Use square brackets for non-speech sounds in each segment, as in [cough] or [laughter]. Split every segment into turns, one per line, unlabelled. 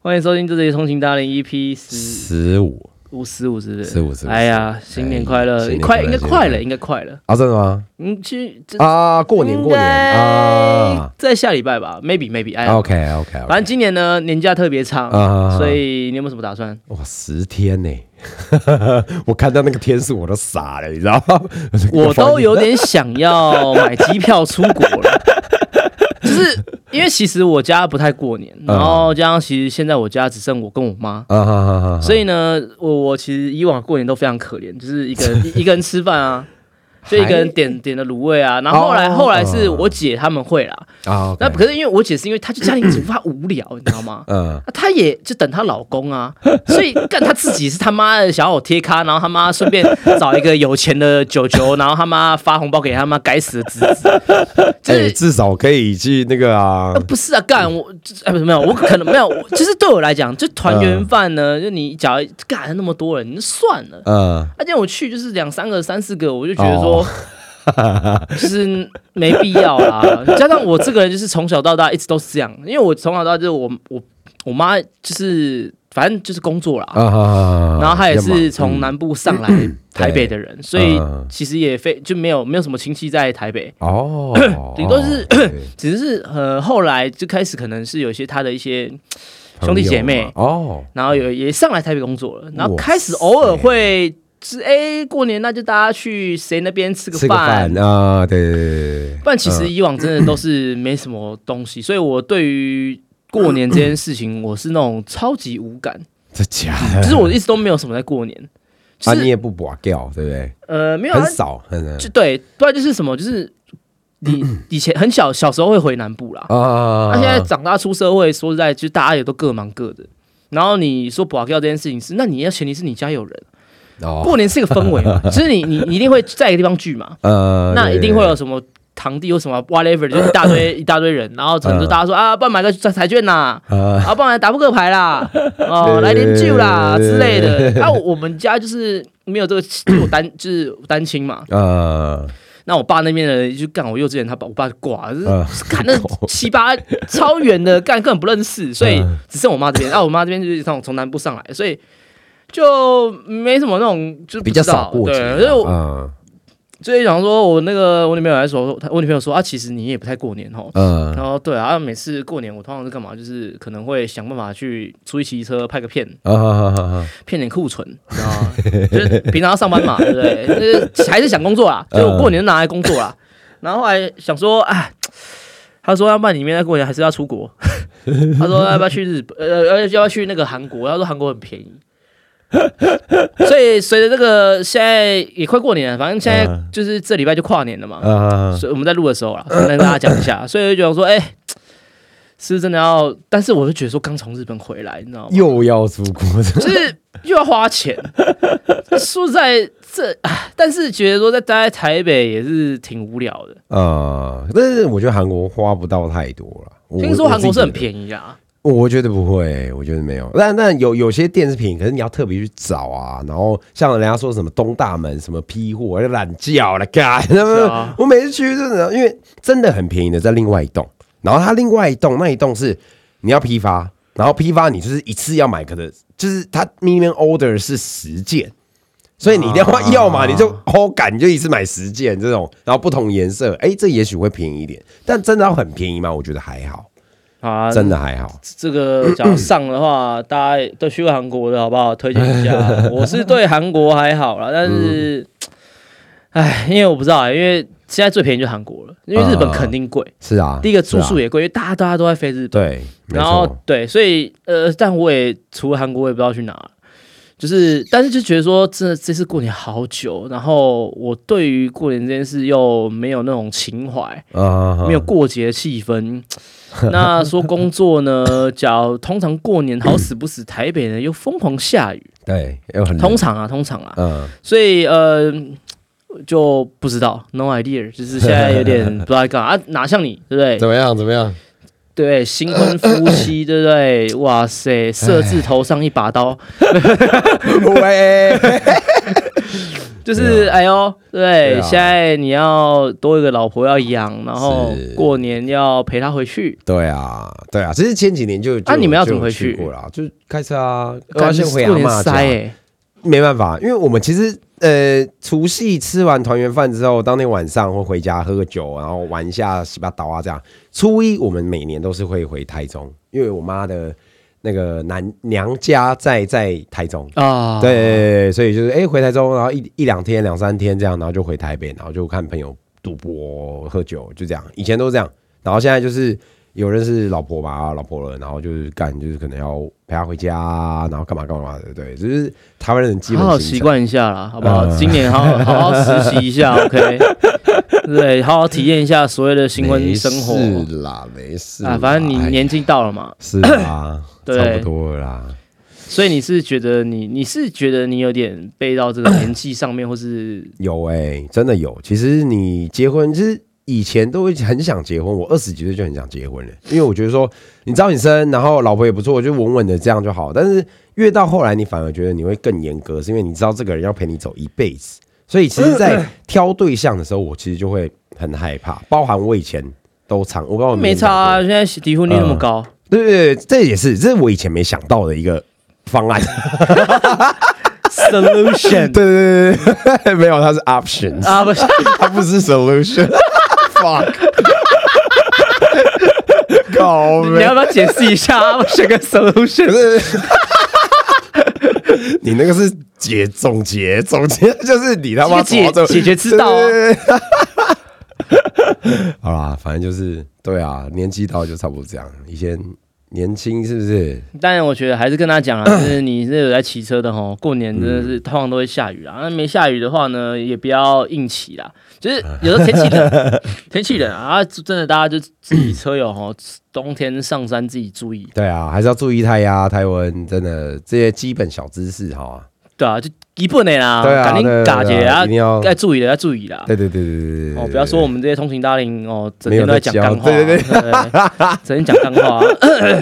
欢迎收听《这里通勤达人》EP 十
十五
五十五，是不是？
15 15
哎呀，新年快乐！
哎新年
快，
快乐
应该
新年
快
快
了，
乐
应该快了。
啊，真的吗？
嗯，其实这
啊，过年
应
过年
该
啊
在下礼拜吧，maybe maybe。哎呀，
，OK OK，
反正今年呢年假特别长
啊，
所以你有没有什么打算？
哇十天呢， [laughs] 我看到那个天数我都傻了，你知道吗？ [laughs]
我都有点想要买机票出国
[laughs]
了，就是因为其实我家不太过年，然后加上其实现在我家只剩我跟我妈。
啊哈哈哈，
所以呢，我我其实以往过年都非常可怜，就是一个人一一个人吃饭
[laughs]
啊，就一个人点点的卤味啊。然后后来、
哦
后来是我姐他们会啦，
啊，
那
OK
可是因为我姐是因为她就家庭主妇，她无聊，你知道吗？
嗯，
啊她也就等她老公啊，所以干她自己是他妈的小小贴咖，然后他妈顺便找一个有钱的舅舅，然后他妈发红包给他妈该死的侄子，就
哎，
是
至少可以去那个啊
啊，，不是啊，干我就是哎，不是没有，我可能没有，我就是对我来讲，就团圆饭呢，就你假如干那么多人，你就算了。
嗯，
而且我去就是两三个、三四个，我就觉得说， [laughs] 就是没必要啦。加上我这个人就是从小到大一直都是这样，因为我从小到大就是我我我妈就是反正就是工作啦，
啊哈哈，
然后她也
要嗯忙
是从南部上来台北的人，所以其实也非就没有没有什么亲戚在台北。，
哦
[clears throat] 顶多是
哦对
[coughs] 只是呃，后来就开始可能是有一些她的一些兄弟姐妹
朋友嘛哦，
然后有也上来台北工作了，然后
啊哇
开始偶尔会是哎、过年那就大家去谁那边吃个
吃个
饭
饭。嗯啊，对对对对，
不然其实以往真的都是没什么东
[coughs]
西，所以我对于过年这件事情，我是那种超级无
[coughs]
感，
这假的
就是我一直都没有什么在过年，就
哎啊，你
是、
也不拔掉，对不对？
呃没有、啊
很，少，很
就对，不然就是什么，就是
[coughs]
你以前很小小时候会回南部啦，
啊，
那、现在长大出社会，说实在，就大家也都各忙各的。然后你说不掉这件事情是，那你要前提是你家有人。
哦，
过年是一个氛围
[laughs]
嘛，就是你你你一定会在一个地方聚嘛，
呃，
那
对
一定会有什么堂弟或什么 whatever，就一大
[laughs]
堆一大堆人，然后可能就大家说啊，不然买个彩彩券啦，
啊，
啊，不然打扑克牌啦，哦，
对
来点酒啦
对
之类的。啊，我我们家就是没有这个，因为我单 [coughs] 就是单亲嘛，
呃，
那我爸那边的人就干我幼稚园，他爸我爸就挂了，就是
嗯
干那七八超远的，干根本不认识，所以
嗯
只剩我妈这边。啊，我妈这边就是那种从南部上来，所以就没什么那种，就是不
比较
知道
少过节
对
啊，
所以我
嗯
所以想说，我那个我女朋友来说，她我女朋友说啊，其实你也不太过年哦。然
嗯
后对啊，啊每次过年我通常是干嘛？就是可能会想办法去出去骑车拍个片，
啊哈哈哈
骗点库存，你知道吗？就是平常要上班嘛，对不对？就是还是想工作啦，就是我过年就拿来工作啦。然后后来想说，哎，他说要不然你明年过年还是要出国， [laughs] 他说要不要去日本，呃，呃要不要去那个韩国？他说韩国很便宜。所以随着这个现在也快过年了，反正现在
嗯
就是这礼拜就跨年了嘛，
啊，
所以我们在录的时候啦，跟大家讲一下。所以就想说，哎、是不是真的要？但是我就觉得说，刚从日本回来，你知道吗？
又要出国， [laughs]
就是又要花钱。说实在这，唉但是觉得说在待在台北也是挺无聊的。
啊，但是我觉得韩国花不到太多了。我
听说韩国是很
宜
便宜啊，
我，我觉得不会，我觉得没有。但但有有些店是便宜，可是你要特别去找啊。然后像人家说什么东大门什么批货，懒觉了，干 [laughs] 他
是
们
啊，
我每次去真的，因为真的很便宜的，在另外一栋，然后它另外一栋那一栋是你要批发，然后批发你就是一次要买，可能就是它 minimum order 是十件，所以你的话
啊
要嘛你就好赶，你就一次买十件这种，然后不同颜色，哎，这也许会便宜一点，但真的要很便宜吗？我觉得还好，
好啊，
真的还好。
这个假如上的话，大家也都去过韩国的好不好？推荐一
[laughs]
下。我是对韩国还好啦，但是，
嗯
唉，因为我不知道，因为现在最便宜就是韩国了，因为日本肯定贵。
是啊，
第一个住宿
也
也贵，因为大家大家都在飞日本。
对，没
然后
错，
对，所以呃，但我也除了韩国，我也不知道去哪。就是，但是就觉得说，真的这次过年好久，然后我对于过年这件事又没有那种情怀，
啊
没有过节气
[laughs]
氛。那说工作呢，讲通常过年好死不死，台北呢又疯狂下雨，
对，又很
通常啊，通常啊，
嗯
所以呃就不知道，no idea，就是现在有点不知道在干嘛啊，哪像你，对不对？
怎么样怎么样
对，新婚夫妻，对不对？哇塞，设置头上一把刀，
喂， [laughs]
就是哎呦，对，
啊对啊
现在你要多一个老婆要养，然后
是
过年要陪她回去，
对啊，对啊，其实前几年就
啊
就
你们要
就
怎么回
有去
去
过啦，就是开车啊，要
感觉
先回
过
阿
年
妈
塞
家。
哎，
没办法，因为我们其实呃，除夕吃完团圆饭之后，当天晚上会回家喝个酒，然后玩一下洗把刀啊这样。初一我们每年都是会回台中，因为我妈的那个南娘家在在台中。
啊，
对，对对对所以就是哎、回台中，然后一一两天、两三天这样，然后就回台北，然后就看朋友赌博、喝酒，就这样。以前都是这样，然后现在就是有认识老婆吧，老婆了，然后就是干，就是可能要陪她回家，然后干嘛干嘛的，对，就是台湾人基
好
本
好
习
习
惯。
惯一下啦，好不好？
嗯
今年好好好好实习一
[laughs]
下，OK？对，好好体验一下所谓的新婚生活
没事啦，没事
啊。反正你
年
年纪到了嘛，
是啊，
[laughs] 对
差不多了啦。
所以你是觉得你你是觉得你有点背到这个年纪上面，或是
有哎、真的有。其实你结婚，其实以前都会很想结婚，我二十几岁就很想结婚了，因为我觉得说，你知道你生，然后老婆也不错，就稳稳的这样就好。但是越到后来，你反而觉得你会更严格，是因为你知道这个人要陪你走一辈子。所以其实，在挑对象的时候，我其实就会很害怕，包含我以前都常，我跟我
没差啊？现在离婚率
嗯
那么高，
对对对，这也是，这是我以前没想到的一个方案。
solution
[laughs] 对对对对对，没有，它是 option，
啊，不是
它不是 solution。Fuck，搞
你
没？
要不要解释一下
[laughs]
啊？我选个 solution
你那个是解总结，总结就是你他妈
这个解
活着
解决之道啊
对对对对好啦，反正就是对啊，年纪到就差不多这样。以前年轻是不是？
当然，我觉得还是跟他讲
[laughs]
啊，就是你是有在骑车的吼，过年真的
嗯
是通常都会下雨啊啦。那没下雨的话呢，也不要硬骑啦。就是
嗯
有时候天气冷，
[laughs]
天气冷啊，真的大家就自己车友吼，冬天上山自己注意，
对啊，还是要注意胎压、胎温，真的这些基本小知识哈。
对啊，就基本的啦，
对啊
赶紧
对啊
嘎
对啊
姐啊
一定要，
该注意的要注意啦。
对对对对对对对
哦，不要说我们这些通勤大令哦，整
没有
天都在
在
讲
教
干话，
对对对
对整天讲干话。啊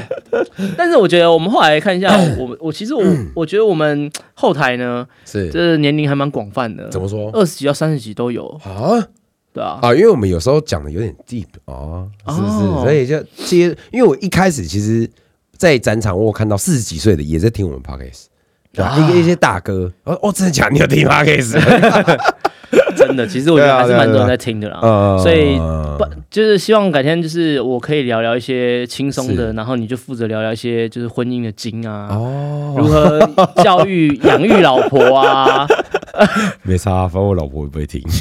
[coughs] 但是我觉得我们后来看一下，我们我其
[coughs]
实我我觉得我们后台呢，
是
这年龄还蛮广泛的，
怎么说
二十几到三十几都有，
啊
对啊，
啊？因为我们有时候讲的有点 deep 哦，是不是？
哦
所以就接，因为我一开始其实，在展场我有看到四十几岁的也在听我们 podcast，对吧、
啊
一个一些大哥，哦哦，真的假的？你有听
[laughs]
podcast？
真的，其实我觉
对
得
啊
还是蛮多
对啊
人在听的啦。
呃
所以不，就是希望改天就是我可以聊聊一些轻松的，然后你就负责聊聊一些就是婚姻的经啊，
哦，
如何教育养育老婆
[laughs]
啊，
没差、啊反正我老婆也不会听。 [laughs]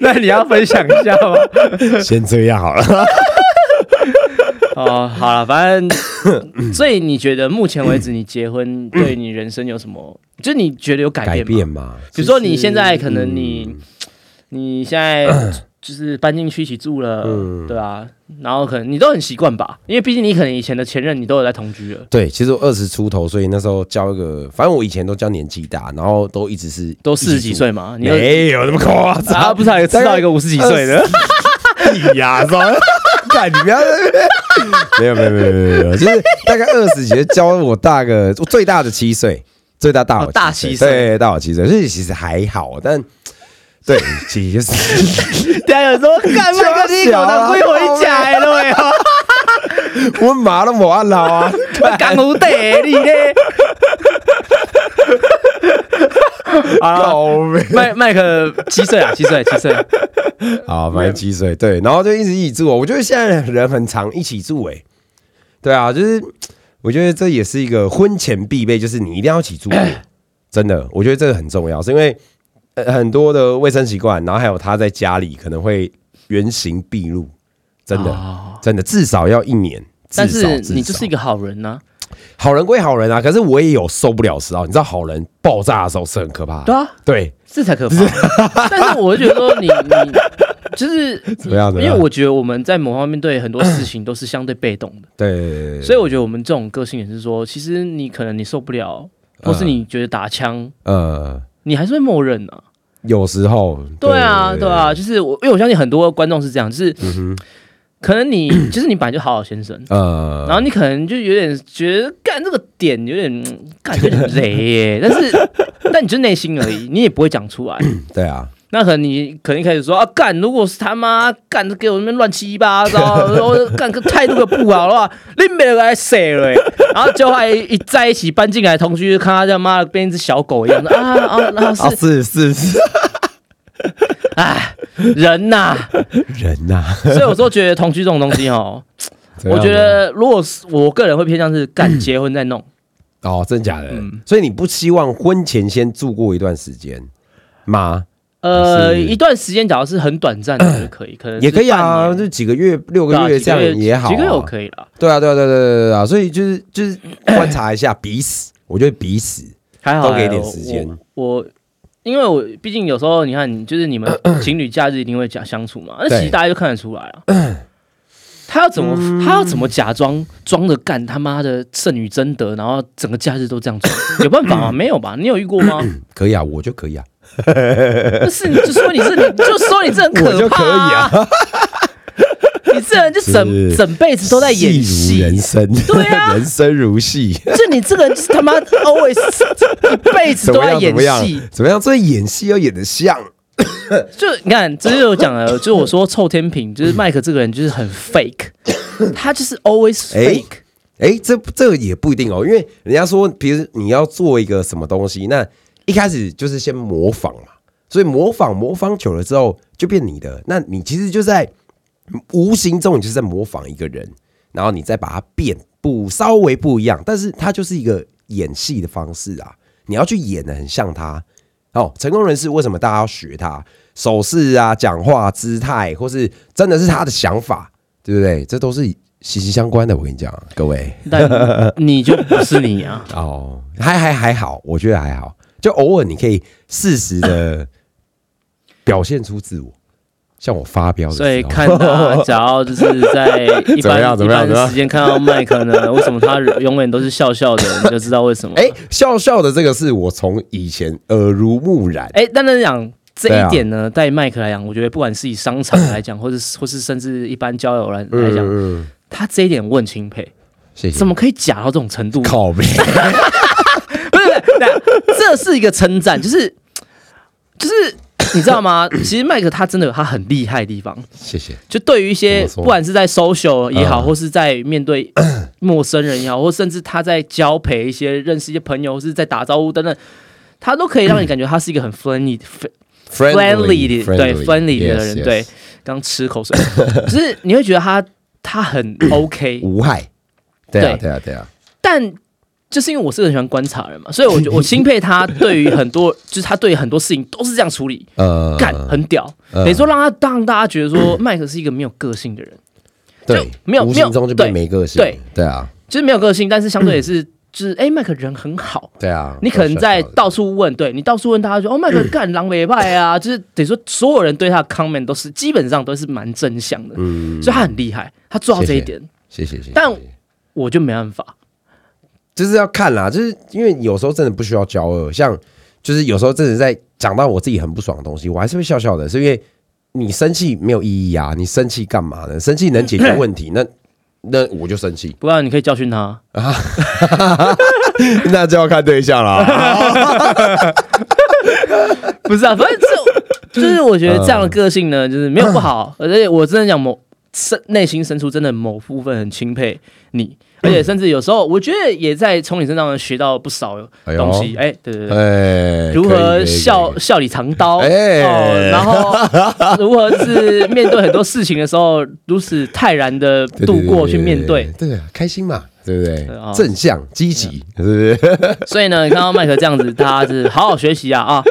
那你要分享一下吗？
先这样好了。
[laughs] 哦，好了，反正，所以你觉得目前为止，你结婚对你人生有什么？就是你觉得有改变
嗯改
吗？
变嘛，
比如说你现在可能你，你现在就是搬进去一起住了，
嗯
对啊，然后可能你都很习惯吧，因为毕竟你可能以前的前任你都有在同居了，
对，其实我二十出头，所以那时候交一个，反正我以前都交年纪大，然后都一直是
都四十几，岁嘛，
一
你
起住
又
没有那么夸张，
啊，不是还有知道一个五十几岁的，
你呀，
[laughs]
操！干你不要在那边，没有没有没有没有没有，就是大概二十几岁，教我大个，我最大的七岁，最大大我
哦大七岁
对，大我七岁，所以其实还好，但对，其实是 [laughs]
[laughs] 对啊，有时候干嘛
超
跟你狗
小啊
当归回家了喂啊，
我妈都没按老啊，
干无地你
[laughs]
嘞， [laughs] 啊。
搞没
麦麦克七岁啊，七岁，七岁，
啊，反正七岁，对，然后就一直一起住，哦我觉得现在人很常一起住，哎，对啊，就是我觉得这也是一个婚前必备，就是你一定要
[clears throat]
一起住过，真的，我觉得这个很重要，是因为呃很多的卫生习惯，然后还有他在家里可能会原形毕露，真的，
哦
真的至少要一年。
但
至少
是
至
你就是
少
一个好人啊呐、
好人归好人啊，可是我也有受不了时候，你知道好人爆炸的时候是很可怕的，
对啊，
对，
这才可怕。 [laughs] 但是我就觉得说你你就是
怎么样啊怎么
因为
样
我觉得我们在某方面对很多事情都是相对被动的，
对对对对，
所以我觉得我们这种个性也是说，其实啊你可能你受不了，或是你觉得打枪，
呃，
你还是会默认啊。
有时候，
对啊，对嗯啊，就是我，因为我相信很多观众是这样，就是、可能你 [clears throat] 就是你本来就好好先生，
呃，
然后你可能就有点觉得干这个点有点嗯干有点雷耶，但是 [laughs] 但你就内心而已，你也不会讲出来。
对啊，
那可能你可能一开始说啊干，如果是他妈干给我那边乱七八糟， [laughs] 然后干个态度都不好的话，你没有来谁了欸？然后就还一在一起搬进来，同居就看他这妈的变一只小狗一样的啊啊，然后
[laughs] 啊
是
是是是，
哎人呐、
人呐，
所以有时候觉得同居这种东西
[laughs]
哦，
怎
我
样呢
觉得如果是我个人会偏向是干结婚再
[coughs]
弄。
哦，真假的，
嗯
所以你不希望婚前先住过一段时间吗？
呃，
是
一段时间，假如是很短暂
[coughs]
的也可以，可能
也
是
可以
半
啊，
年
就几个月、六
对啊
个月
几
这样也好啊，
几个月我可以了，
对啊，对啊，对啊对啊对啊对啊，所以就是就是观察一下彼此，我觉得彼此
还好啊
多给点时间。
我我因为我毕竟有时候你看，就是
[clears throat]
你们情侣假日一定会讲相处嘛，那
对嗯
其实大家就看得出来啊。他要怎么、他要怎么假装装着干他妈的圣女贞德，然后整个假日都这样装，有办法吗？
[clears throat]
没有吧？你有遇过吗？
可以啊，我就可以啊，
不是，你就说你是，你就说你这很
我就
可怕
可以啊，
你这人就整
是
整辈子都在演
戏
戏
如，人生，
对啊
[laughs] 人生如戏，
就你这个人就是他妈 always 一辈子
怎
都
么
在
样？怎
演
么样
戏。？
怎么样？这演戏要演得像，
就你看，这就是我讲了，就是我说臭天平，就是麦克这个人就是很 fake，他 [laughs] 就是 always
哎
fake。
哎，这这也不一定哦，因为人家说，比如你要做一个什么东西，那一开始就是先模仿嘛，所以模仿模仿久了之后就变你的，那你其实就在无形中你就是在模仿一个人，然后你再把它变不稍微不一样，但是它就是一个演戏的方式啊，你要去演的很像他。哦，成功人士为什么大家要学他？手势啊、讲话、姿态，或是真的是他的想法，对不对？这都是息息相关的。我跟你讲，各位
但你就 [laughs] 不是你啊，
哦，还还还好，我觉得还好，就偶尔你可以适时的表现出自我，像我发飙的时候，
所以看他，只要就是在一 [laughs]
怎么
般
样
一
怎么样怎么
般
样
时间看到麦克呢，为什么他永远都是笑笑的，你就知道为什么。
哎、笑笑的这个是我从以前耳濡目染，
[laughs] 哎，但是讲这
对啊
一点呢，在麦克来讲，我觉得不管是以商场来讲，或是或是甚至一般交友来来
嗯
讲，
嗯，
他这一点我很钦佩，
谢谢
怎。么可以假到这种程度？
靠
不
背， [laughs]
是，不是等一下这是一个称赞，就是就是你知道吗？ [coughs] 其实麦克他真的有他很厉害的地方，
谢谢。
就对于一些
怎么说
不管是在 social 也好，
嗯
或是在面
[coughs]
对陌生人也好，或甚至他在交陪一些认识一些朋友，或是在打招呼等等，他都可以让你感觉他是一个很 friendly friendly 的对 friendly 的
yes,
人，
yes
对，刚吃口水， [coughs] 就是你会觉得他他很 OK，
无害。对啊，
对
对啊，对啊，
但就是因为我是个很喜欢观察人嘛，所以我觉我钦佩他对于很多， [laughs] 就是他对很多事情都是这样处理，
呃，
干很屌。
嗯
等于说让他让大家觉得
[clears throat]
说麦克是一个没有个性的人，
对
就，没有
无
没有
形中就变
对
没个性。
对，
对啊，
就是没有个性，但是相对也
嗯
是就是哎，麦克人很好。
对啊。
你可能在
小小的
到处问，对你到处问大家说哦，麦
嗯
克干狼尾派啊，就是等于说所有人对他的 comment 都是基本上都是蛮正向的，所以他很厉害，他做到这一点，
嗯谢谢谢谢。
但
谢谢
我就没办法。
就是要看啦，就是因为有时候真的不需要交恶，像就是有时候真的在讲到我自己很不爽的东西，我还是会笑笑的，是因为你生气没有意义啊，你生气干嘛呢？生气能解决问题，那那我就生气，
不然你可以教训他，
[laughs]
啊
那就要看对象啦。
不是啊，反正
[laughs]
这就是我觉得这样的个性
嗯
呢，就是没有不好，而且我真的讲某深内心深处真的某部分很钦佩你，而且甚至有时候我觉得也在从你身上学到不少
哎呦
东西。哎，对对对。
[laughs]
[laughs]
哎，
如
可以
何笑？
可以可以
笑里藏刀，
哎
哦，然后如何是面对很多事情的时候如此泰然的
[laughs] 对
度过去面，对
对对，对对对开心嘛，对不对
啊？
正向积极，是不是？ [laughs]
[laughs] 所以呢，你看到麦克这样子，大家是好好学习啊
[laughs]
啊！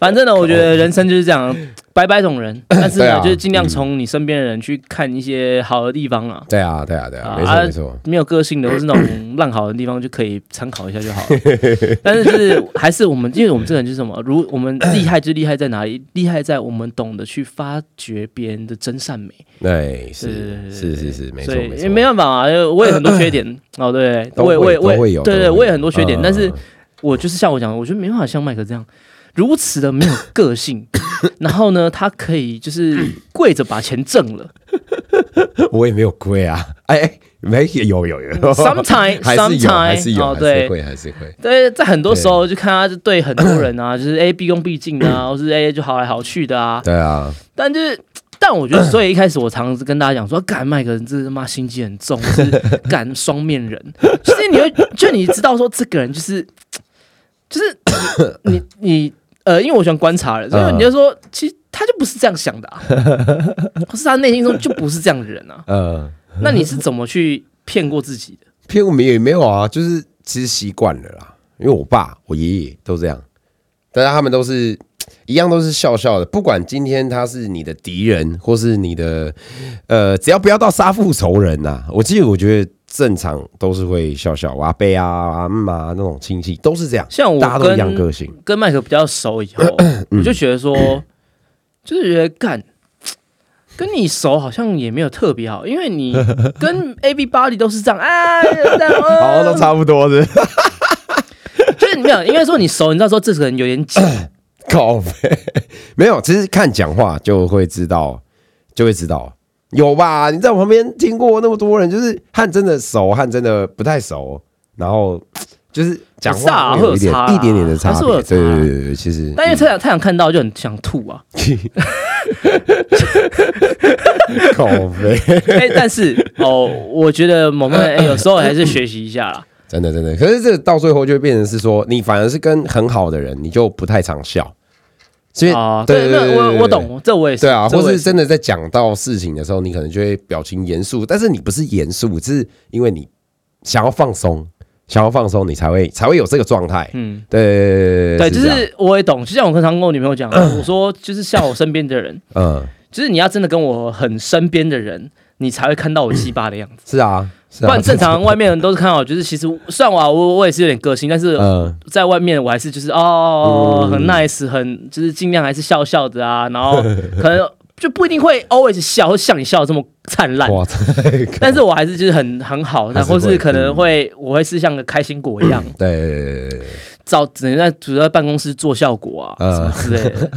反正呢，我觉得人生就是这样，百百种
[laughs]
人，但是
对
呢，
啊
就是尽量从你身边的人去看一些好的地方啊。
对啊，对啊，对啊，没
啊
错没错。
没有个性
[laughs]
的或是那种烂好的地方，就可以参考一下就好了。
[laughs]
但是就是还是我们，因为我们这个人就是什么，如我们厉害就厉害在哪里？厉害在我们懂得去发掘别人的真善美。
哎，
对对
是
对
是是是，没错
所以
没
也
错，
没办法
[clears throat]
啊，因为我也很多缺点哦，对，
都
我也我也
会都
我
会
也
有
对
都
对，
会
我也
有
很多缺点
嗯，
但是
嗯
我就是像我讲的，我觉得没办法像麦克这样。如此的没有个
[laughs]
性，然后呢，他可以就是跪着把钱挣了。
我也没有跪啊， [laughs] 哎、哎没有有有
Sometime，
[laughs] 还是有
sometime
还是有
哦
还
对
是会还是会，
对，在很多时候就看他就对很多人啊，就是 A B 恭 B 敬的啊，或是 A 就好来好去的啊。
对啊，
但就是，但我觉得，所以一开始我常常跟大家讲说，干麦克人这他妈心机很重，是 [laughs] 干双面人。其实你会，就你知道说这个人就是，就是 [coughs] 你你呃，因为我喜欢观察人，所以
嗯
你就说，其实他就不是这样想的、啊， [laughs] 可是他内心中就不是这样的人啊。
嗯，
那你是怎么去骗过自己的？
骗我们也没有啊，就是其实习惯了啦，因为我爸、我爷爷都这样，但是他们都是一样，都是笑笑的，不管今天他是你的敌人，或是你的呃，只要不要到杀父仇人呐、我记得我觉得正常都是会笑笑，我阿伯啊、阿姆啊那种亲戚都是这样，
像我
大家都一样
跟
个性，
跟麦克比较熟以
[clears throat]
后，我
嗯
就觉得说，就是觉得干。跟你熟好像也没有特别好，因为
[laughs]
你跟 A B Body 都是这样，哎，这样
好啊像都
哦，
差不多的，
就是没有，应该说你熟，你知道说这个人有
[clears throat]
点假，
[laughs] 靠背没有，其实看讲话就会知道，就会知道有吧？你在我旁边听过那么多人，就是和真的熟，和真的不太熟，然后就是讲
我知道啊
话会有一点
会有差啦
一点点的差
还是
别
会有。差
对对对对对，其实
但因为太想太想看到就很想吐啊，
[laughs] 靠背
哎，但是
[laughs]
哦，我觉得某个人哎有时候还是学习一下啦，
真的真的。可是这到最后就会变成是说，你反而是跟很好的人，你就不太常笑，所以
啊，对，
对
那
对对对
我我
对
懂，这我也是，
对啊，
这
或
我也
是真的在讲到事情的时候，你可能就会表情严肃，但是你不是严肃，只是因为你想要放松，想要放松，你才会才会有这个状态。
嗯。
对对
对，
对对，
就是
这样
是我也懂，就像我常常跟我女朋友讲的，
[clears throat]
我说就是像我身边的人，
嗯，
就是你要真的跟我很身边的人，你才会看到我鸡巴的样子。
是啊，是
不然
啊，
正常外面人都是看到我，就是其实算我啊我我也是有点个性，但是
[laughs] 嗯，
在外面我还是就是哦
嗯
很 nice，很就是尽量还是笑笑的啊，然后可能就不一定会 always 笑，或像你笑的这么灿烂。
哇， [laughs] 这个
但是我还是就是很很好，然后
还是会嗯
是可能会我会是像个开心果一样，
对对对对对
找只能在主要在办公室做效果啊、
嗯
什么之类的，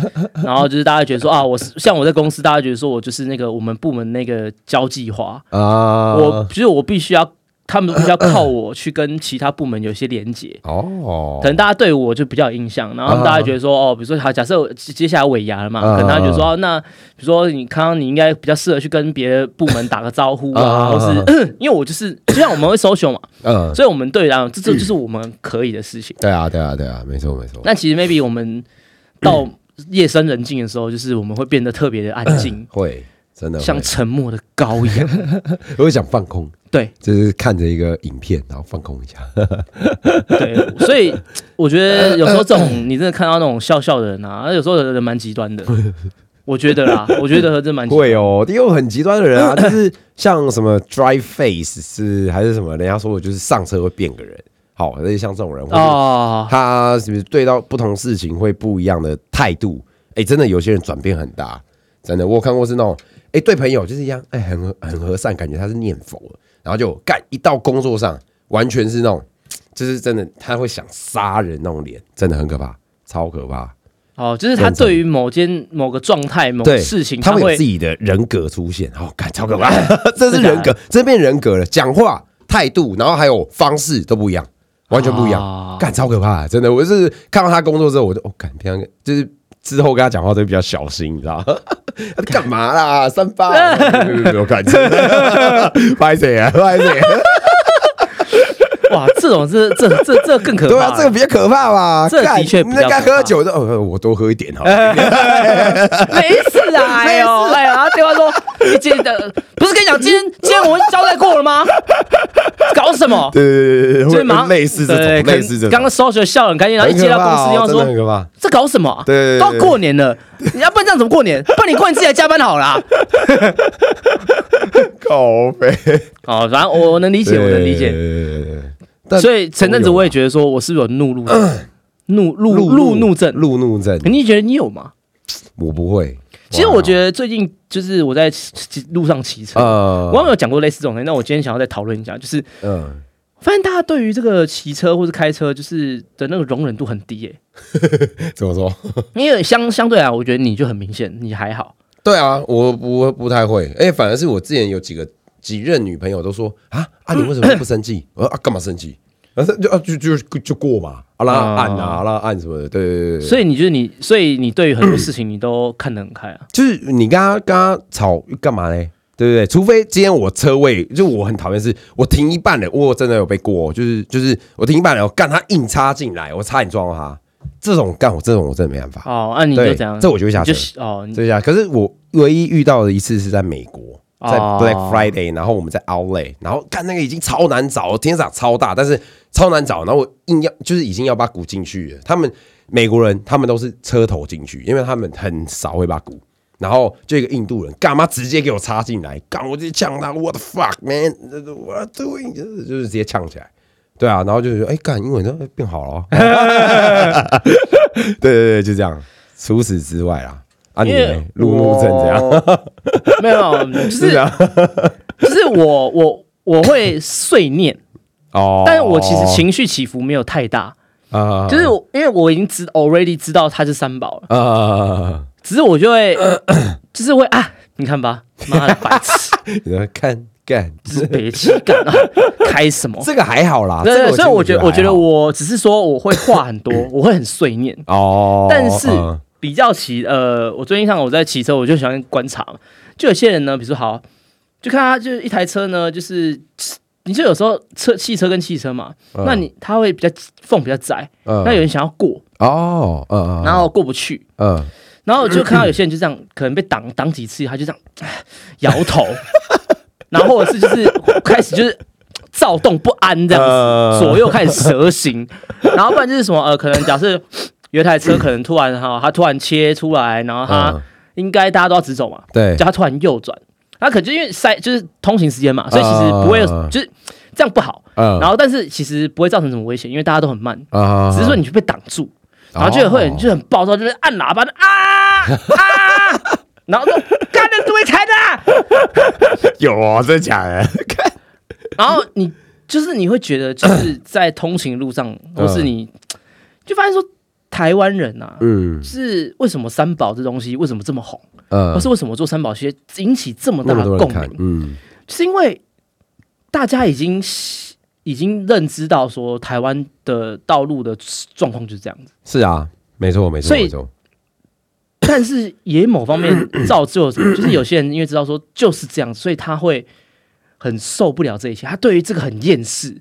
然后就是大家觉得说啊，我是像我在公司，大家觉得说我就是那个我们部门那个交际花，
啊，
我就是我必须要他们必须要靠我去跟其他部门有一些连接。
哦
可，能大家对我就比较有印象，然后大家觉得说，哦，比如说好，假设我接接下来尾牙了嘛，
嗯
可能大家觉得说，哦那比如说你康康，你应该比较适合去跟别的部门打个招呼啊，或
嗯
是 [clears throat] 因为我就是就像我们会 social 嘛，
嗯，
所以我们对来讲，这这就是我们可以的事情。
对啊，对啊，对啊，没错没错，，
那其实 maybe 我们到夜深人静的时候，就是我们会变得特别的安静
会真的会
像沉默的羔羊。
我会想放空， [laughs]
对
就是看着一个影片，然后放空一下。
对，所以我觉
呃
得有时候这种你真的看到那种笑笑的人啊，有时候人蛮极端
[laughs]
的。我觉得啦，我觉得真蛮极端
会哦，也有很极端的人
[coughs]
啊，就是像什么 dry face 是还是什么，人家说我就是上车会变个人。好，那就像这种人，或者
哦。
他是不是对到不同事情会不一样的态度？哎，真的有些人转变很大，真的，我有看过是那种，哎，对朋友就是一样，哎，很和很和善，感觉他是念佛，然后就干一到工作上，完全是那种，就是真的他会想杀人那种脸，真的很可怕，超可怕。
哦，就是他对于某件某个状态、某个
对
事情，
他会有
会
自己的人格出现，哦，感超可怕，这是人格，这变人格了，讲话态度，然后还有方式都不一样，完全不
啊
一样，干、超可怕的，真的，我是看到他工作之后，我就哦，干平常就是之后跟他讲话都比较小心，你知道吗？他干嘛啦？三八，我感觉，拍谁啊？拍谁？
哇，这种这这这这更可
[laughs] 对
怕
啊
了。，
这个比较可怕吧？
这的
干
确比较
那该
可怕
喝酒的，哦，我多喝一点好了。
[laughs] 没事啊，哎呦，哎呀，他电话说你今天的不是跟你讲，今天今天我们交代过了吗？搞什么？
对对对对
所以
对，
马
会
上
类似这
对
种，类似这种，
刚刚 social 笑得很开心，然后一
很
接
可
到
怕
公司
哦
电话
真的很
说
可怕。
这搞什么啊？
对对对
都
对
要过年了，你要不然这样怎么过年？不然你过年自己来加班好 [laughs] 啦。
靠背，
哦，反正我我能理解，我能理解。
解。但
所以前阵子
都有啊
我也觉得说，我是不是有怒怒症怒嗯怒
路
怒怒症？哎
路怒症，
你觉得你有吗？
我不会。
其实我觉
得，
得最近就是我在骑路上骑车，
呃
我好像有讲过类似这种东西。那我今天想要再讨论一下，就是
嗯
发现大家对于这个骑车或是开车，就是的那个容忍度很低耶、
怎么说？
因为相相对来，我觉得你就很明显，你还好。
对啊，我我不太会，哎，反而是我之前有几个几任女朋友都说啊啊，你为什么不生气？ [coughs] 我说啊，干嘛生气？啊，就啊就就就过嘛，啊让他按啊，让他按什么的，对对对对对。
所以你就是你，所以你对于很多事情你都看得很开啊。
就是你跟他跟他吵干嘛嘞？对不对？除非今天我车位，就我很讨厌是，我停一半了，我真的有被过哦，就是就是我停一半了，我干他硬插进来，我差点撞到他，这种干我这种我真的没办法。
哦，那、你就
对，
怎样？
这我就会下
你
车
就，喜哦，你
这下。可是我唯一遇到的一次是在美国，在
哦
Black Friday，、然后我们在 Outlet，然后干那个已经超难找，天上超大，但是超难找，然后我硬要就是已经要把鼓进去了。他们美国人他们都是车头进去，因为他们很少会把鼓。然后就一个印度人，干嘛直接给我插进来？干，我直接呛他，What the fuck man？What doing？就是就是直接呛起来，对啊，然后就是哎干，英文都哎变好了哦， [laughs] 对对对，就这样。除此之外啦，啊你
因为
呢路怒症这样？
我？没有，没有就是
[laughs] 是啊，
就是我我我会碎念，
哦，
但是我其实情绪起伏没有太大，
啊，
就是我因为我已经知 already 知道它是三宝了，
啊，
只是我就会
[coughs]
就是会啊，你看吧，妈的白痴，
你说看干，
就是北气感
[laughs]
啊，开什么？
这个还好啦，
对
这
对，
个
所以我
其
觉
实
得，我觉
还
得
好
我只是说我会话很
[laughs]
多，我会很碎念，
哦，
但是
嗯
比较骑，呃，我最近像我在骑车，我就喜欢观察嘛。就有些人呢，比如说好，就看他就是一台车呢，就是你就有时候车汽车跟汽车嘛，
嗯
那你他会比较缝比较窄，
嗯
那有人想要过，
哦，嗯嗯，
然后过不去，
嗯，
然后我就看到有些人就这样，可能被挡挡几次，他就这样唉摇头， [laughs] 然后或者是就是开始就是躁动不安这样
呃
子，左右开始蛇行，然后不然就是什么呃，可能假设有一台车可能突然哈，它突然切出来，然后它
嗯
应该大家都要直走嘛，
对
就它突然右转，那可能就因为塞就是通行时间嘛，所以其实不会有
呃
就是这样不好，
嗯，
然后但是其实不会造成什么危险，因为大家都很慢，
啊，哦
只是说你就被挡住。然后就会很就很暴躁，就是按喇叭就啊啊，然后说干的啊对开的，
有哦，真的假的？
然后你就是你会觉得
[coughs]
就是在通勤路上，或是你就发现说台湾人啊，
[laughs] 嗯
是为什么三宝这东西为什么这么红，
呃
或，是为什么做三宝其实引起这么大
那么
的
多人
共
看
鸣，，
嗯，
就是因为大家已经已经认知到说台湾的道路的状况就是这样子。
是啊，没错没错，
所以
没错，
但是也某方
[clears throat]
面造就，就是有些人因为知道说就是这样，所以他会很受不了这一切，他对于这个很厌世，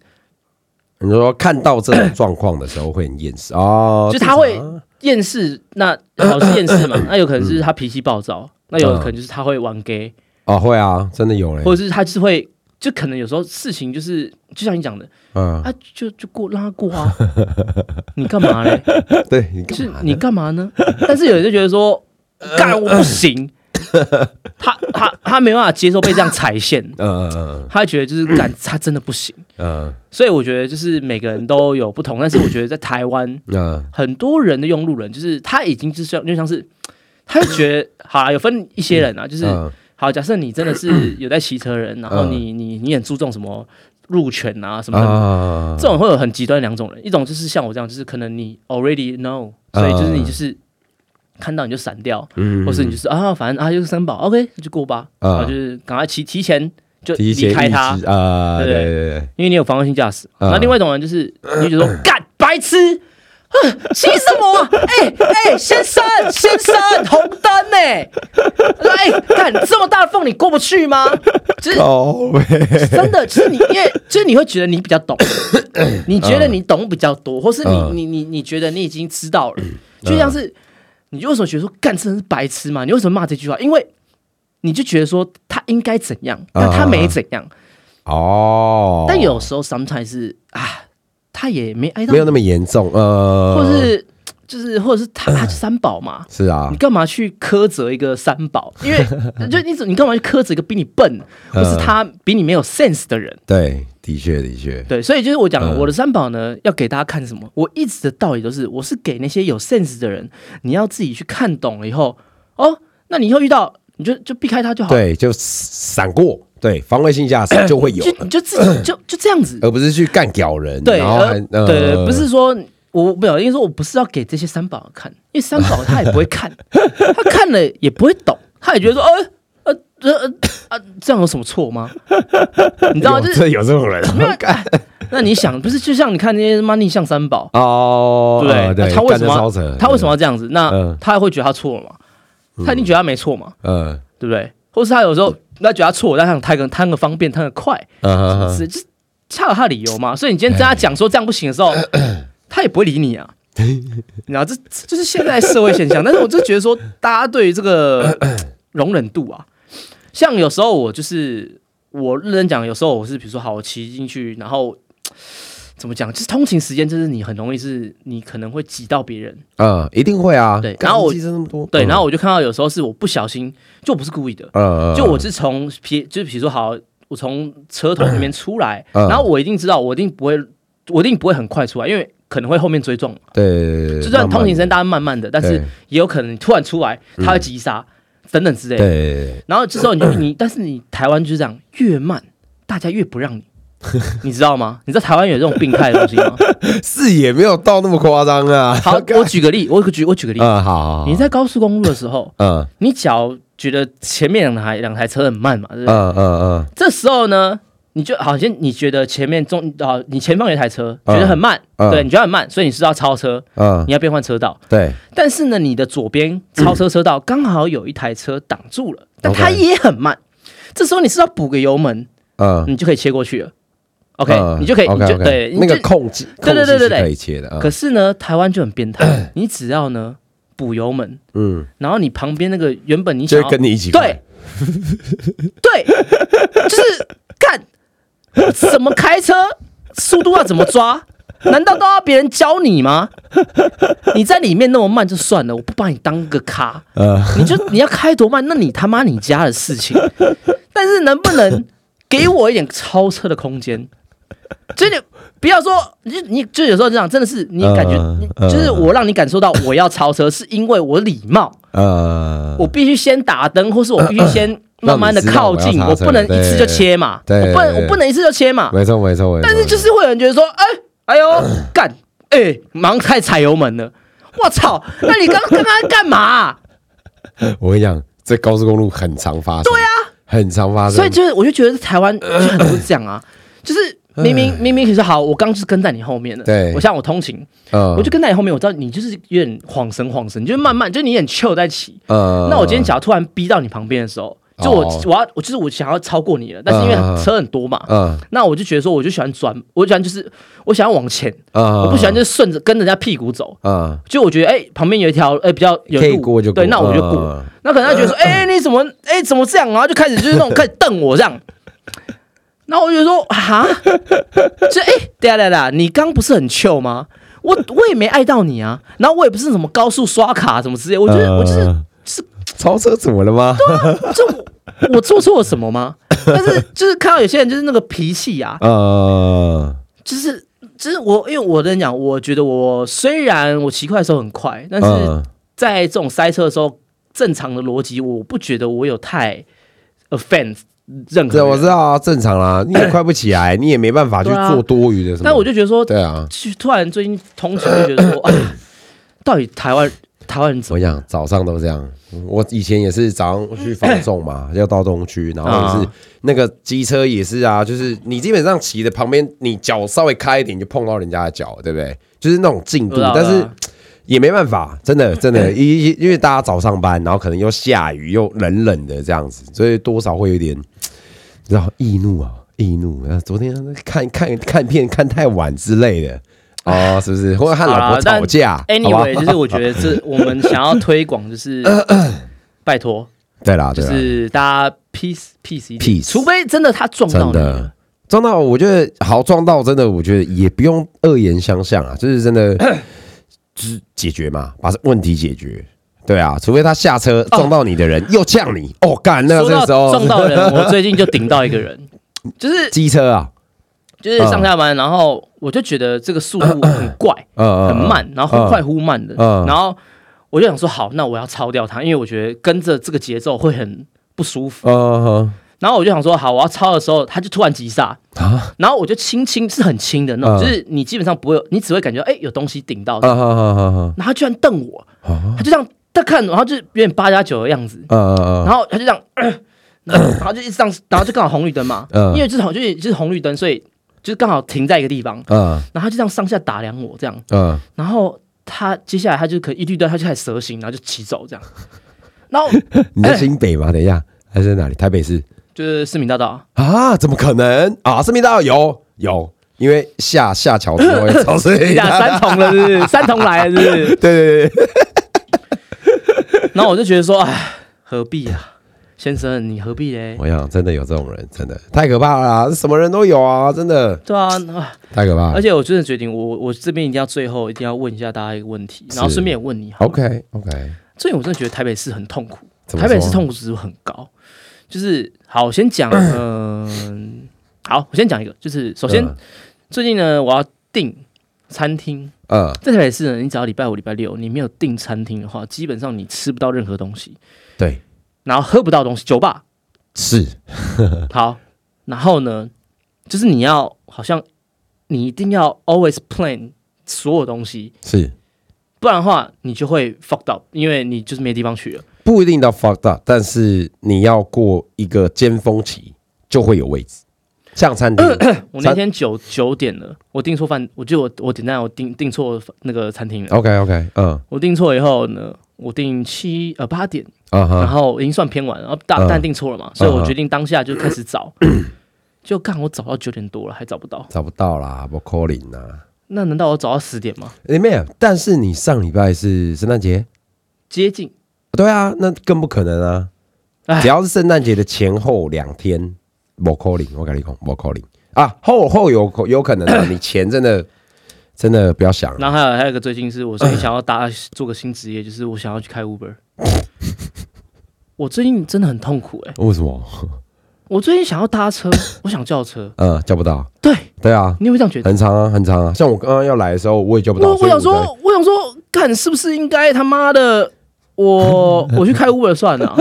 你说看到这种状况的时候会很厌世哦，
就他会厌世。那好是厌世嘛，那有可能是他脾气暴躁，那有可能就是他会玩 gay，
哦会啊，真的有嘞，
或者是他就是会。就可能有时候事情就是，就像你讲的，
嗯，
啊，就就过让他过
[laughs]
啊，你干嘛嘞？
对，你
就
干
是
嘛呢呃
你干嘛呢？但是有人就觉得说，干我不
[laughs]
行，他他他没办法接受被这样踩线，
嗯嗯
他觉得就是感他真的不行，
嗯
所以我觉得就是每个人都有不同，但是我觉得在台湾
嗯嗯，
很多人的用路人，就是他已经就是像就像是，他就觉得好啦，有分一些人啊，就是、
嗯
好，假设你真的是有在骑车的人，然后你你你很注重什么路权啊什么的，
啊
这种会有很极端两种人，一种就是像我这样，就是可能你 already know，所以就是你就是。看到你就闪掉，或是你就是啊，反正啊就是三宝，OK 就过吧，
嗯
然后就是赶快提提前就
提前
离开他，
预知啊，对
对
对对，
因为你有防卫性驾驶。
嗯
然后另外一种人就是，你就觉得说干白痴，啊哼骑什么啊？哎哎，先生先生，红灯呢？哎，干这么大的缝你过不去吗？就是
哦喂，
真的，就是你，因为就是你会觉得你比较懂，你觉得你懂比较多，或是你、
嗯
你你你觉得你已经知道了，就像是你为什么觉得说干这人是白痴嘛？你为什么骂这句话？因为你就觉得说他应该怎样，但他没怎样。
哦，
但有时候 sometimes 是啊，他也没挨到
没，有那么严重，呃，
或是就是或者是他他是三宝嘛。
是啊
你，干嘛去苛责一个三宝？因为 [laughs] 就你怎你干嘛去苛责一个比你笨，或
嗯
是他比你没有 sense 的人？
对，的确的确，
对，所以就是我讲
嗯
的，我的三宝呢，要给大家看什么？我一直的道理都是，我是给那些有 sense 的人，你要自己去看懂了以后，哦，那你以后遇到你就就避开它就好。
对，就闪过，对，防卫性驾驶
[coughs]
就会有嗯
就
了
你就自己就就这样子。
而不是去干屌人，
对，
然后还
呃
呃
对对，不是说我没有，因为说我不是要给这些三宝看，因为三宝他也不会看， [laughs] 他看了也不会懂，他也觉得说，呃呃呃呃啊，这样有什么错吗？你知道吗？
有
就是
这有
[coughs]
这种人
没有。哎那你想，不是就像你看那些妈逆向三宝，
哦，
对不啊
呃对，
那他为什么
干得超
要
扯
他为什么要这样子？那
嗯
他会觉得他错了嘛？他一定觉得他没错嘛？
嗯
对不对？或是他有时候他觉得他错，但他想贪个贪个方便，贪个快，
嗯嗯
是，就是恰有他的理由嘛。所以你今天跟他讲说这样不行的时候，他也不会理你啊。然后这这就是现在社会现象，但是我就觉得说，大家对于这个容忍度啊，像有时候我就是我认真讲，有时候我是比如说好，我骑进去，然后怎么讲，就是通勤时间，就是你很容易是你可能会挤到别人，
嗯，一定会啊。
对
干
然后我
机车那么多，嗯
对，然
后
后我就看到有时候是我不小心，就我不是故意的，
呃，
就我是从皮，就是比如说好，我从车头那边出来，
嗯
然后我一定知道，我一定不会，我一定不会很快出来，因为可能会后面追撞嘛。
对，
就算通勤时间
大，
大家慢慢的，但是
对嗯
也有可能你突然出来，他会急刹、等等之类的。
对，
然后这时候你就你，但是你台湾就是这样，越慢大家越不
[laughs]
让你。你知道吗？你知道台湾有这种病态的东西吗？
视野没有到那么夸张啊。
好，
[laughs]
我举个例，我举我举个例，
嗯，好好，好
你在高速公路的时候，
嗯
你脚觉得前面两台两台车很慢嘛，对不对？
嗯嗯嗯，
这时候呢，你就好像你觉得前面中啊，你前方有一台车，觉得很慢，
嗯
对，你觉得很慢，所以你是要超车，
嗯，
你要变换车道。
对，
但是呢，你的左边超车车道刚好有一台车挡住了，但
嗯 OK
它也很慢。这时候你是要补个油门，
嗯
你就可以切过去了。OK，、
嗯
你就可以，你就
OK，OK
对，你
那个
就
控制，
对对对对
控制是
对
可以切的。
可
嗯
是呢，台湾就很变
[coughs]
态，你只要呢补油门，
嗯，
然后你旁边那个原本你想
就
要
会跟你一起
对， [laughs] 对，就是干，怎么开车，速度要怎么抓？难道都要别人教你吗？你在里面那么慢就算了，我不把你当个咖，
呃，
你就你要开多慢，那你他妈你家的事情。但是能不能给我一点超车的空间？就是你不要说，你就你就有时候这样，真的是你感觉，
嗯
你
嗯
就是我让你感受到我要超车，是因为我礼貌。
呃，
我必须先打灯，或是我必须先慢
让
慢的
你知道
靠近，
我要
我
刹车
不能一次就
对
切嘛，
对
我不能
对
我不能一次就切嘛。
没错没错没错，
但是就是会有人觉得说，哎、哎呦干，哎、马上开始踩油门了，我操，那你刚刚刚干嘛啊、
[laughs] 我跟你讲，这高速公路很常发生，对啊，很常发生，
所以就是我就觉得台湾就很多这样啊，就是明明明明其实好，我刚就是跟在你后面的，
呃对
我像我通勤，
嗯
我就跟在你后面，我知道你就是有点晃神晃神，你就是慢慢，就是你很 chill 在骑，
呃，
那我今天脚突然逼到你旁边的时候，就我、
哦
我要我就是我想要超过你了，但是因为
嗯嗯嗯
车很多嘛，
嗯
那我就觉得说我就喜欢转，我喜欢就是我想要往前，
嗯，
我不喜欢就是顺着跟人家屁股走。
嗯，
就我觉得，哎、旁边有一条，哎、比较有
可以
路
过就过
对，那我就过。
嗯
那可能他觉得说，哎、你怎么，哎、怎么这样？然后就开始就是那
[laughs]
种开始瞪我这样。然后我就说，哈，这哎，对啊对啊，你刚不是很 chill 吗？我我也没爱到你啊，然后我也不是什么高速刷卡什么之类，我觉
呃
得、我就是是
嗯
啊
超车怎么了吗？
这我我做错了什么
[laughs]
吗？但是就是看到有些人就是那个脾气啊，
呃，
就是就是我，因为我跟你讲，我觉得我虽然我骑快的时候很快，但是
嗯
在这种塞车的时候，正常的逻辑我不觉得我有太 offense 任何
这我
人。
知道啊，正常啦，你
[coughs]
也快不起来，你也没办法去
对啊
做多余的什么，
但我就觉得说，
对啊，
就突然最近通勤就觉
[coughs]
得说，啊，到底台湾台湾人怎
我
么？
想早上都这样，我以前也是早上去放
[coughs]
纵嘛，要到东区，然后也是
嗯啊
那个机车也是啊，就是你基本上骑的旁边，你脚稍微开一点就碰到人家的脚，对不对？就是那种进度
知道，
但是
了
也没办法，
[laughs]
真的真的，因因因为大家早上班，然后可能又下雨又冷冷的这样子，所以多少会有点，你知道易怒啊，易怒。那昨天看看看片看太晚之类的。哦，是不是？或者和老
好啦
婆
啊但
吵架好吧
，anyway，就是我觉得这我们想要推广就是
[coughs]
拜托，
对啊啦，对
就
啦。
是大家 peace peace 一点，
Peace
除非真的他撞到
真
你了
的。撞到，我觉得好撞到，真的，我觉得也不用恶言相向啊，就是真
[coughs]
的，就是解决嘛，把问题解决。对啊，除非他下车撞到你的人、又呛你，哦，干，
哦
那
说
个
到
这个时候
撞到
[laughs]
人，我最近就顶到一个人，就是
机车啊，
就是上下
嗯
班，然后我就觉得这个速度很怪，
呃，
很慢，然后忽快忽慢的，
嗯
然后。我就想说好，那我要抄掉它，因为我觉得跟着这个节奏会很不舒服。
呃，
然后我就想说好，我要抄的时候，它就突然急刹，
啊
然后我就轻轻是很轻的那种，
嗯
就是你基本上不会有，你只会感觉哎、有东西顶到，
啊哈哈哈哈
然后他居然瞪我，
啊
他就这样他看我，然后就有点八加九的样子，
啊啊
然后他就这样， [coughs] 呃然后然后就一直这样，然后就刚好红绿灯嘛，
嗯
因为就是红就是就是红绿灯，所以就是刚好停在一个地方，
啊
然后他就这样上下打量我这样，
啊！
然后他接下来他就可能一绿灯他就开始蛇行，然后就骑走这样，然后
你在新北吗？等一下，还是在哪里？台北市
就是市民大
[laughs]
道，
啊？怎么可能啊？市民大道有有，因为下下桥之后要走市民
呀，
大道。
三重了是不是？三重来了是不是？
对对对对，
然后我就觉得说，哎，何必啊，先生你何必嘞？
我想真的有这种人，真的太可怕了啊什么人都有啊，真的
对啊，啊
太可怕
而
了。
且我真的决定，我我这边一定要最后一定要问一下大家一个问题，然后顺便也问你好了。
OK OK，
最近我真的觉得台北市很痛苦，
怎么
台
说
北市痛苦指数很高。就是好，我先
[coughs]
讲，嗯、好，我先讲一个，就是首先、
嗯
最近呢，我要订餐厅，
嗯
在台北市呢，你只要礼拜五、礼拜六你没有订餐厅的话，基本上你吃不到任何东西，
对
然后喝不到东西，酒吧
是嗯
好，然后呢，就是你要好像你一定要 always plan 所有东西，
是
不然的话，你就会 fucked up，因为你就是没地方去了。
不一定到 fucked up，但是你要过一个尖峰期就会有位置，像餐厅 [coughs]
我那天九九点了，我订错饭，我记得我我点单我订订错那个餐厅了。
OK OK，嗯
我订错以后呢，我订七呃八点，
啊
然
哈，
后已经算偏晚了，然后大
嗯
但订错了嘛，所以
嗯
我
嗯
决定当下就开始找，就干我找到九点多了还找不到，
找不到啦，不 calling 啦。
那难道我找到十点吗？
诶没有，啊但是你上礼拜是圣诞节，
接近，
对啊，那更不可能啊
唉！
只要是圣诞节的前后两天，不 calling，我跟你讲，不 calling 啊，后后有有可
[coughs]
能啊，你前真的真的不要想了。
然后还有还有一个最近是我最近想要搭做个新职业，就是我想要去开 Uber。我最近真的很痛苦哎、
为什么？
我最近想要搭车，我想叫车，
嗯，叫不到。
[coughs] 对
对啊，
你有没有这样觉得？
很长啊，很长啊。像我刚刚要来的时候，我也叫不到。
我
所
我
以
想
在
说，我想说，看是不是应该他妈的，我
[laughs]
我去开 Uber 算了啊、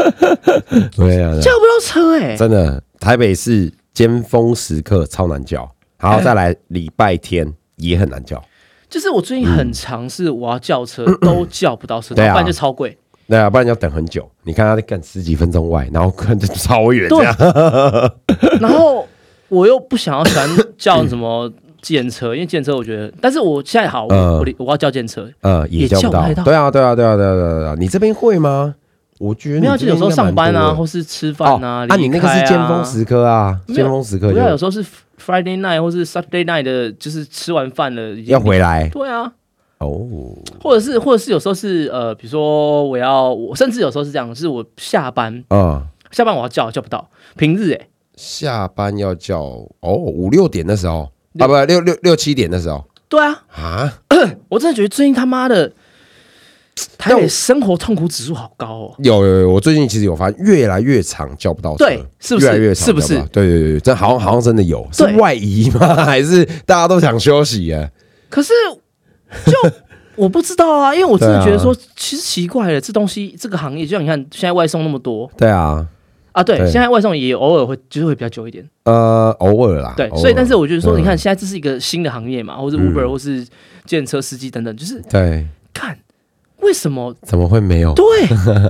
对啊，
叫不到车哎、
真的，台北市尖峰时刻超难叫，然
哎
后再来礼拜天也很难叫。
就是我最近很尝试，我要叫
[clears throat]
车、都叫不到车，不
对啊
然就超贵。
对啊，不然要等很久。你看他干十几分钟外，然后看就超远
对
这样。
然后我又不想要喜欢叫什么计程车，因为计程车我觉得，但是我现在好，我、
嗯
我我要叫计程车，
呃，
也
也叫
叫
不
不
到
太。到
对啊，对啊，对啊，对啊，对啊对啊。你这边会吗？我觉得你
没有，
这
就
边
有时候
应该
上班
蛮
啊，
多
或
的
是吃饭啊，
哦啊，你那个是
离开啊
尖峰，时刻啊，
没有
尖峰时刻
不要有
就
时候是 Friday night 或是 Saturday night 的，就是吃完饭了已经
要。回来
对啊，
哦。
或者是或者是有时候是呃，比如说我要，我甚至有时候是这样，是我下班
嗯，
下班我要叫叫不到，平日哎、
下班要叫哦，五六点的时候
六
啊，不六六六七点的时候
对啊，
啊，
[coughs] 我真的觉得最近他妈的台
但
北
我
生活痛苦指数好高哦。
有有有，我最近其实有发现越来越长叫不到车，
对是不是
越来越长
是不是
叫到对对对，对这好像好像真的有，是
对
外移吗？ [laughs] 还是大家都想休息啊？
可是就我不知道啊，因为我真的觉得
对啊
说，其实奇怪了，这东西这个行业，就像你看现在外送那么多
对啊，
啊，对，
对
现在外送也偶尔会就是会比较久一点，
呃，偶尔啦，
对，嗯
偶尔
所以但是我觉得说，
嗯
你看现在这是一个新的行业嘛，或是 Uber、或是建车司机等等，就是
对，
看为什么
怎么会没有？
对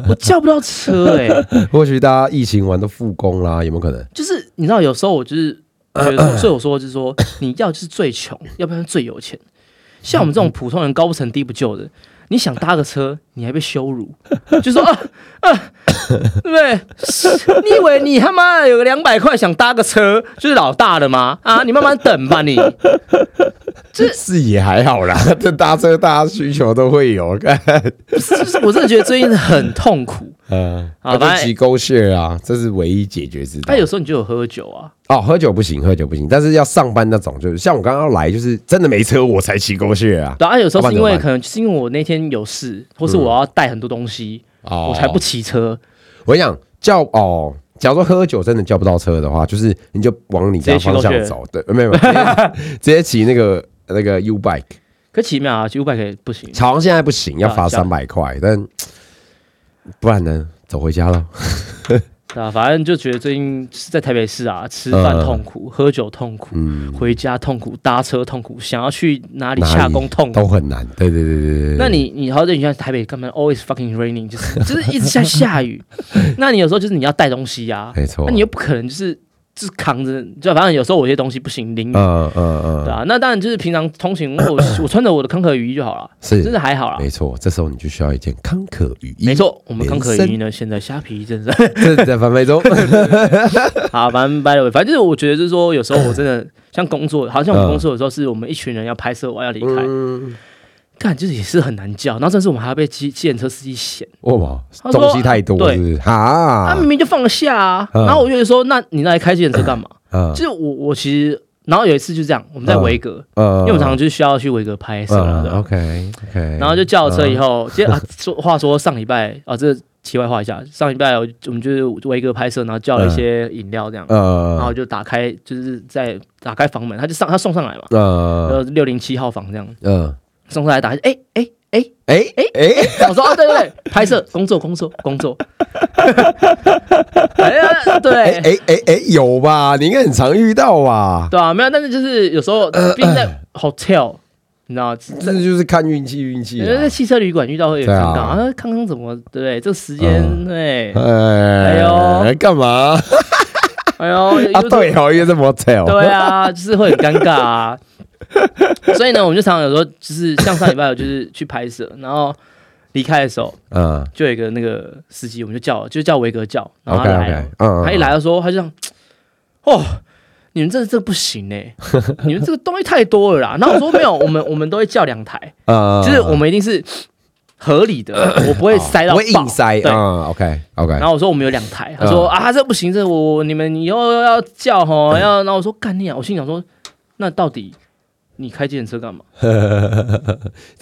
我叫不到车哎、
[laughs] 或许大家疫情完都复工啦，有没有可能？
就是你知道有时候我就是觉
呃
得说，所以我说就是说，你要就是最穷， [coughs] 要不然最有钱，像我们这种普通人高不成低不就的。你想搭个车，你还被羞辱，就说啊啊，对不对？ [coughs] 是你以为你他妈的有个两百块想搭个车就是老大的吗？啊，你慢慢等吧你。
是也还好啦， [laughs] 这搭车大家需求都会有， [laughs] 看，
就是我真的觉得最近很痛苦。
嗯，
好反
那就
正哎
挤勾血啊，这是唯一解决之道
那。有时候你就有喝酒啊，
哦，喝酒不行，喝酒不行，但是要上班那种，就是像我刚刚来，就是真的没车我才骑勾血啊，
对啊，有时候是因
要不然怎么
为
办嗯
可能是因为我那天有事，或是我要带很多东西，
哦
我才不骑车，
我跟你讲叫哦，假如说喝酒真的叫不到车的话，就是你就往你家方
直接
向
去
走，对，没有没有，直接直接骑那个那个 U bike，
可奇妙啊，几五百可以不行。
好像现在不行，要罚
啊这样
三百块，但不然呢，走回家了。
对啊，反正就觉得最近是在台北市啊，吃饭痛
嗯
苦，喝酒痛苦，回家痛苦，搭车痛苦，想要去哪里
哪
下
里
工痛苦。
都很难。对对对对对。
那你你好像你像台北干嘛？Always fucking raining，就是就是一直在下
[laughs]
雨。那你有时候就是你要带东西啊，
没错
那你又不可能就是就是扛着，就反正有时候我有些东西不行淋雨，
嗯嗯嗯，
对啊。那当然就是平常通勤，我 [coughs] 我穿着我的康可雨衣就好了，真
是
的还好啦。
没错。这时候你就需要一件康可雨衣，
没，错，我们
连
康可
身
雨衣呢，现在虾皮真的是
这在贩卖中。
好，反正 by the way，反正就是我觉得就是说，有时候我真
[laughs]
的像工作，好像我们公司有时候是我们一群人要拍摄完要离开，
嗯，
干就是也是很难叫，然后甚至我们还要被机计程车司机嫌，
哇嘛
他，说
东西太多
对
是不是
他、
哈
明，明就放得下啊，
嗯
然后我就说，那你那来开计程车干嘛？
嗯
就是我我其实，然后有一次就这样，我们在维格，
呃
因为我们常常就需要去维格拍摄嘛，对吧
嗯 OK 嗯 OK，
然后就叫了车以后，接啊说话说上礼拜啊，这题外话一下，上礼拜我我们就是维格拍摄，然后叫
嗯
了一些饮料这样，然后
呃
就打开就是在打开房门，他就上他送上来嘛。
呃
呃六零七号房这样
呃，
送上来打开，哎哎哎，
哎哎哎，
我说哦对对，对拍摄工作工作工作，哎呀
哎
对
哎哎哎，有吧？你应该很常遇到吧？
对啊，没有，但是就是有时候毕竟在 hotel，你知道。
这呃就是看运气运气
有
啊。
时候在汽车旅馆遇到会有
对
点
啊
尴尬，啊，康康怎么对不对？这个时间
嗯 [laughs]
对，
哎
[laughs] 哎呦
干嘛？
哎呦，
啊，
又
对哦，因为是 motel。
对啊，就是会很尴尬啊。所以呢，我们就常常有时候就是像上礼拜，我就是去拍摄，然后离开的时候，
嗯
就有一个那个司机，我们就叫，就叫维格叫，然后
，OK
他来了
OK，嗯，
他一来的时候，他就这样，哦，你们这这不行
[laughs]
哎、你们这个东西太多了啦。然后我说没有，我们我们都会叫两台，
嗯，嗯
就是我们一定是合理的，我不会塞到
不
爆
会硬塞。
对
嗯，OK OK，
然后我说我们有两
嗯
台，他说啊这不行，这我你们以后要叫吼
嗯
要。然后我说干你啊，我心想说那到底你开计程车干嘛？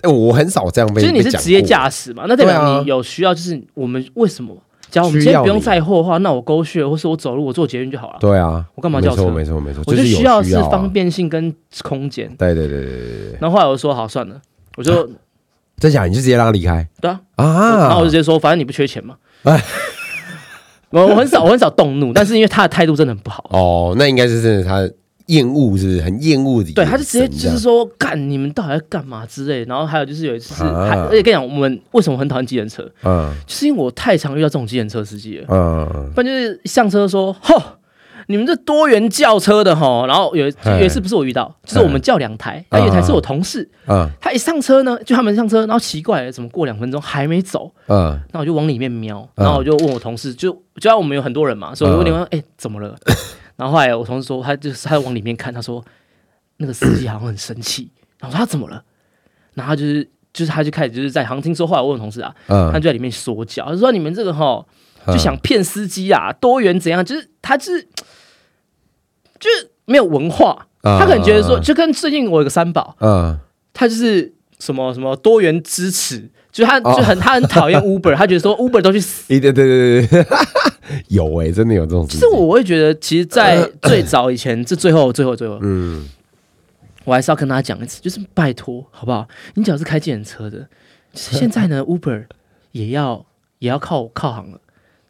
哎我很少这样被
就是你是
被讲
职业
过
驾驶嘛，那代
对啊
表你有需要，就是我们为什么？假如我们
需
今天
要
不用
你啊
载货的话，那我勾血或是我走路，我坐捷运就好了。
对啊，
我干嘛
没
叫
错
车
没错没错，
我
就
就是
有
需
需要
要是
啊
方。便性跟空间。
对对对对对对对，
然后后来我就说好算了，
[laughs]
我就
真假你就直接让他离开
对啊，然
啊
后我就直接说反正你不缺钱嘛
哎。
我我很少我很少动怒，但是因为他的态度真的很不好，
哦，那应该是真的他厌恶是不是很厌恶的眼神
对，
这样，
他就直接就是说干你们到底在干嘛之类的。然后还有就是有一次是，
啊
还而且跟你讲我们为什么很讨厌计程车，
嗯
就是因为我太常遇到这种计程车司机了，
嗯嗯
不然就是上车说吼。你们这多元轿车的吼，然后有一
哎
有一次不是我遇到，就是我们叫两台，那有一台是我同事，
嗯
他一上车呢，就他们上车，然后奇怪了，怎么过两分钟还没走？
嗯
那我就往里面瞄，
嗯
然后我就问我同事，就就要我们有很多人嘛，所以我就问
嗯
你哎、怎么了？ [laughs] 然后后来我同事说，他就是他往里面看，他说那个司机好像很生气，然后我说他怎么了？然后他就是就是他就开始就是在，好像听说后来我问我同事啊，他
嗯，
就在里面说教，他说你们这个哈
嗯
就想骗司机啊，多元怎样？就是他就是就是没有文化，
嗯
他可能觉得说，
嗯
就跟最近我有个三宝。
嗯
他就是什么什么多元支持，就是他就很、他很讨 [laughs] 厌 Uber，他觉得说 Uber 都去死。
一对对对对 [laughs] 对，有哎，真的有这种事
就
情，
是我会觉得，其实，在呃最早以前，这最后最后最后，
嗯
我还是要跟大家讲一次，就是拜托，好不好？你只要是开计程车的，就是现在 [laughs] 呢，Uber 也要也要靠靠行了。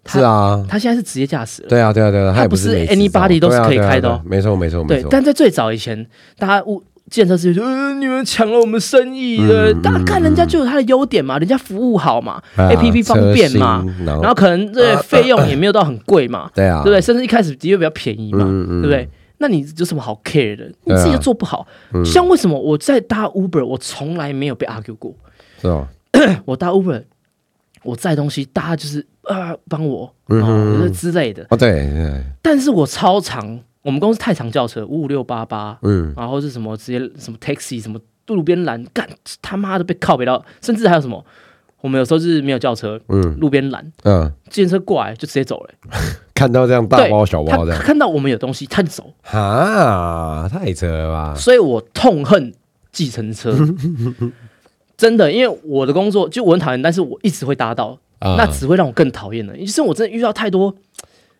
他
是啊。
他现在是职业驾驶了，
对啊，对啊，对啊，
他
也
不
不是
是
没执
anybody
照
都是
对啊
可以
对啊
开的哦
对啊没错，没错，没
对
错。。
但在最早以前，大家物建设司机就呃，你们抢了我们生意的，
嗯
大家看人家就有他的优点嘛，人家服务好嘛，APP 方便嘛
啊车，薪，然
然后可能这费用也没有到很贵嘛，
对啊，
对不对？甚至一开始的确比较便宜嘛，
嗯嗯
对不对？那你有什么好 care 的？你
对啊嗯
自己就做不好。像为什么我在搭 Uber，我从来没有被 argue 过。
是哦，
我搭 Uber，我载东西，大家就是啊帮我，
嗯
哦就是之类的。
哦对，对
但是我超常，我们公司太常叫车，五五六八八，
嗯，
然后是什么直接什么 taxi 什么路边拦，干他妈的被靠北到，甚至还有什么，我们有时候是没有叫车，
嗯
路边拦，
嗯，
自行车过来就直接走了、
看到这样大
对，
包小包这
他
样，
看到我们有东西，他就走，
哈，太扯了吧？
所以我痛恨计程
[laughs]
车，真的，因为我的工作就我很讨厌，但是我一直会搭到，
啊
那只会让我更讨厌了。就是我真的遇到太多，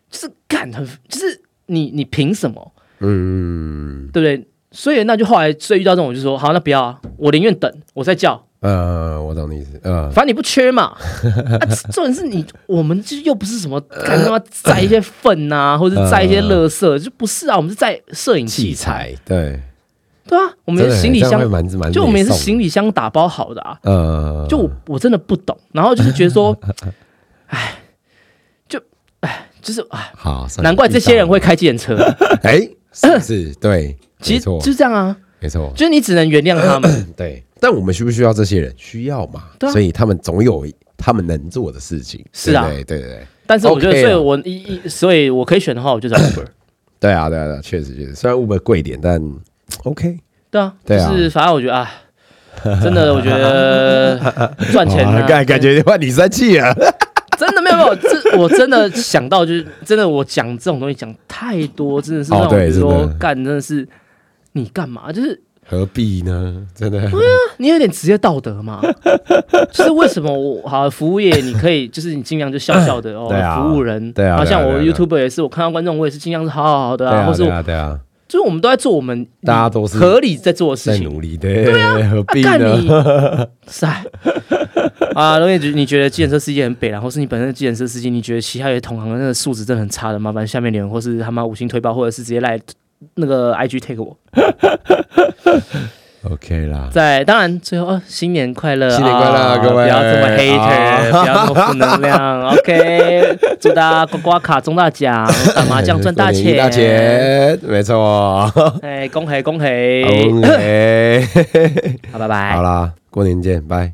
就是干很，就是你你凭什么，
嗯，
对不对？所以那就后来所以遇到这种，我就说好，那不要、啊，我宁愿等，我再叫，
呃，我懂你意思，呃，
反正你不缺
[laughs]
嘛。啊、重点是你，我们就又不是什么干他妈载一些粪
[laughs]
啊，或者是载一些垃圾，就不是啊，我们是载摄影器
嗯器
材，
材，对，
对啊，我们
真的
行李
这样会
箱，
蛮蛮，
就我们也是行，李箱打包好的啊。
呃，
就我我真的不懂，然后就是觉得
[laughs]
说，哎，就哎，就是哎，
好，算了
难怪这些人会，开计程车，
哎，是不是对，
[coughs] 其
没
实
错
就是这样啊，
没错，
就是你只能原谅他
[coughs]
们，
对，但我们需不需要这些人？需要嘛，
对啊
所以他们总有他们能做的事情。
是啊
对对对对
但是我觉得，
OK 啊
所以我一一，所以我可以选的话，我就找 Uber，
对啊对啊对啊，确实确实，虽然 Uber 贵一点，但 OK
对啊，
[coughs] 对啊
就是反正我觉得啊，真的我觉
[laughs]
得赚钱啊
哦感感觉换你生气了。
真的没有没有，这我真的想到就是真的，我讲这种东西讲太多，真的是
哦
让我
对
觉得
真
说
的
干真的是你干嘛就是。
何必呢？
[laughs]
真的，
你有点职业道德
[laughs]
嘛？就是为什么我好服务业，你可以就是你尽量就笑笑的哦，
[laughs] 对啊
服务人。
对啊
好像我
对啊对啊
YouTube 也是，我看到观众我也是尽量是好好好的
对
啊，
啊
或是
对
我
啊对啊，
就是我们都在做我们
大家都是
合理在做的事
在
情。
努力对，何
啊
必
干
呢？
你！ [laughs] 是啊，啊，龙燕觉你觉得计程车司机很北啦，或是你本身是计程车司机，你觉得其他有些同行的那个素质真的很差的，麻烦下面留言，或是他妈五星推爆，或者是直接来那个 IG take 我。
OK 啦，
在当然最后，哦、新年快乐，
新年快乐
啊
各位
不要这么
[laughs]
hater，、
啊
不要这么负能
[laughs]
量。OK，祝大家刮刮卡中大奖，打麻将赚大
[laughs] 中
钱，
大！钱，没错。
[laughs] 哎，恭喜恭喜！
OK，
好，拜拜 [laughs]
好。啦，过年见，拜。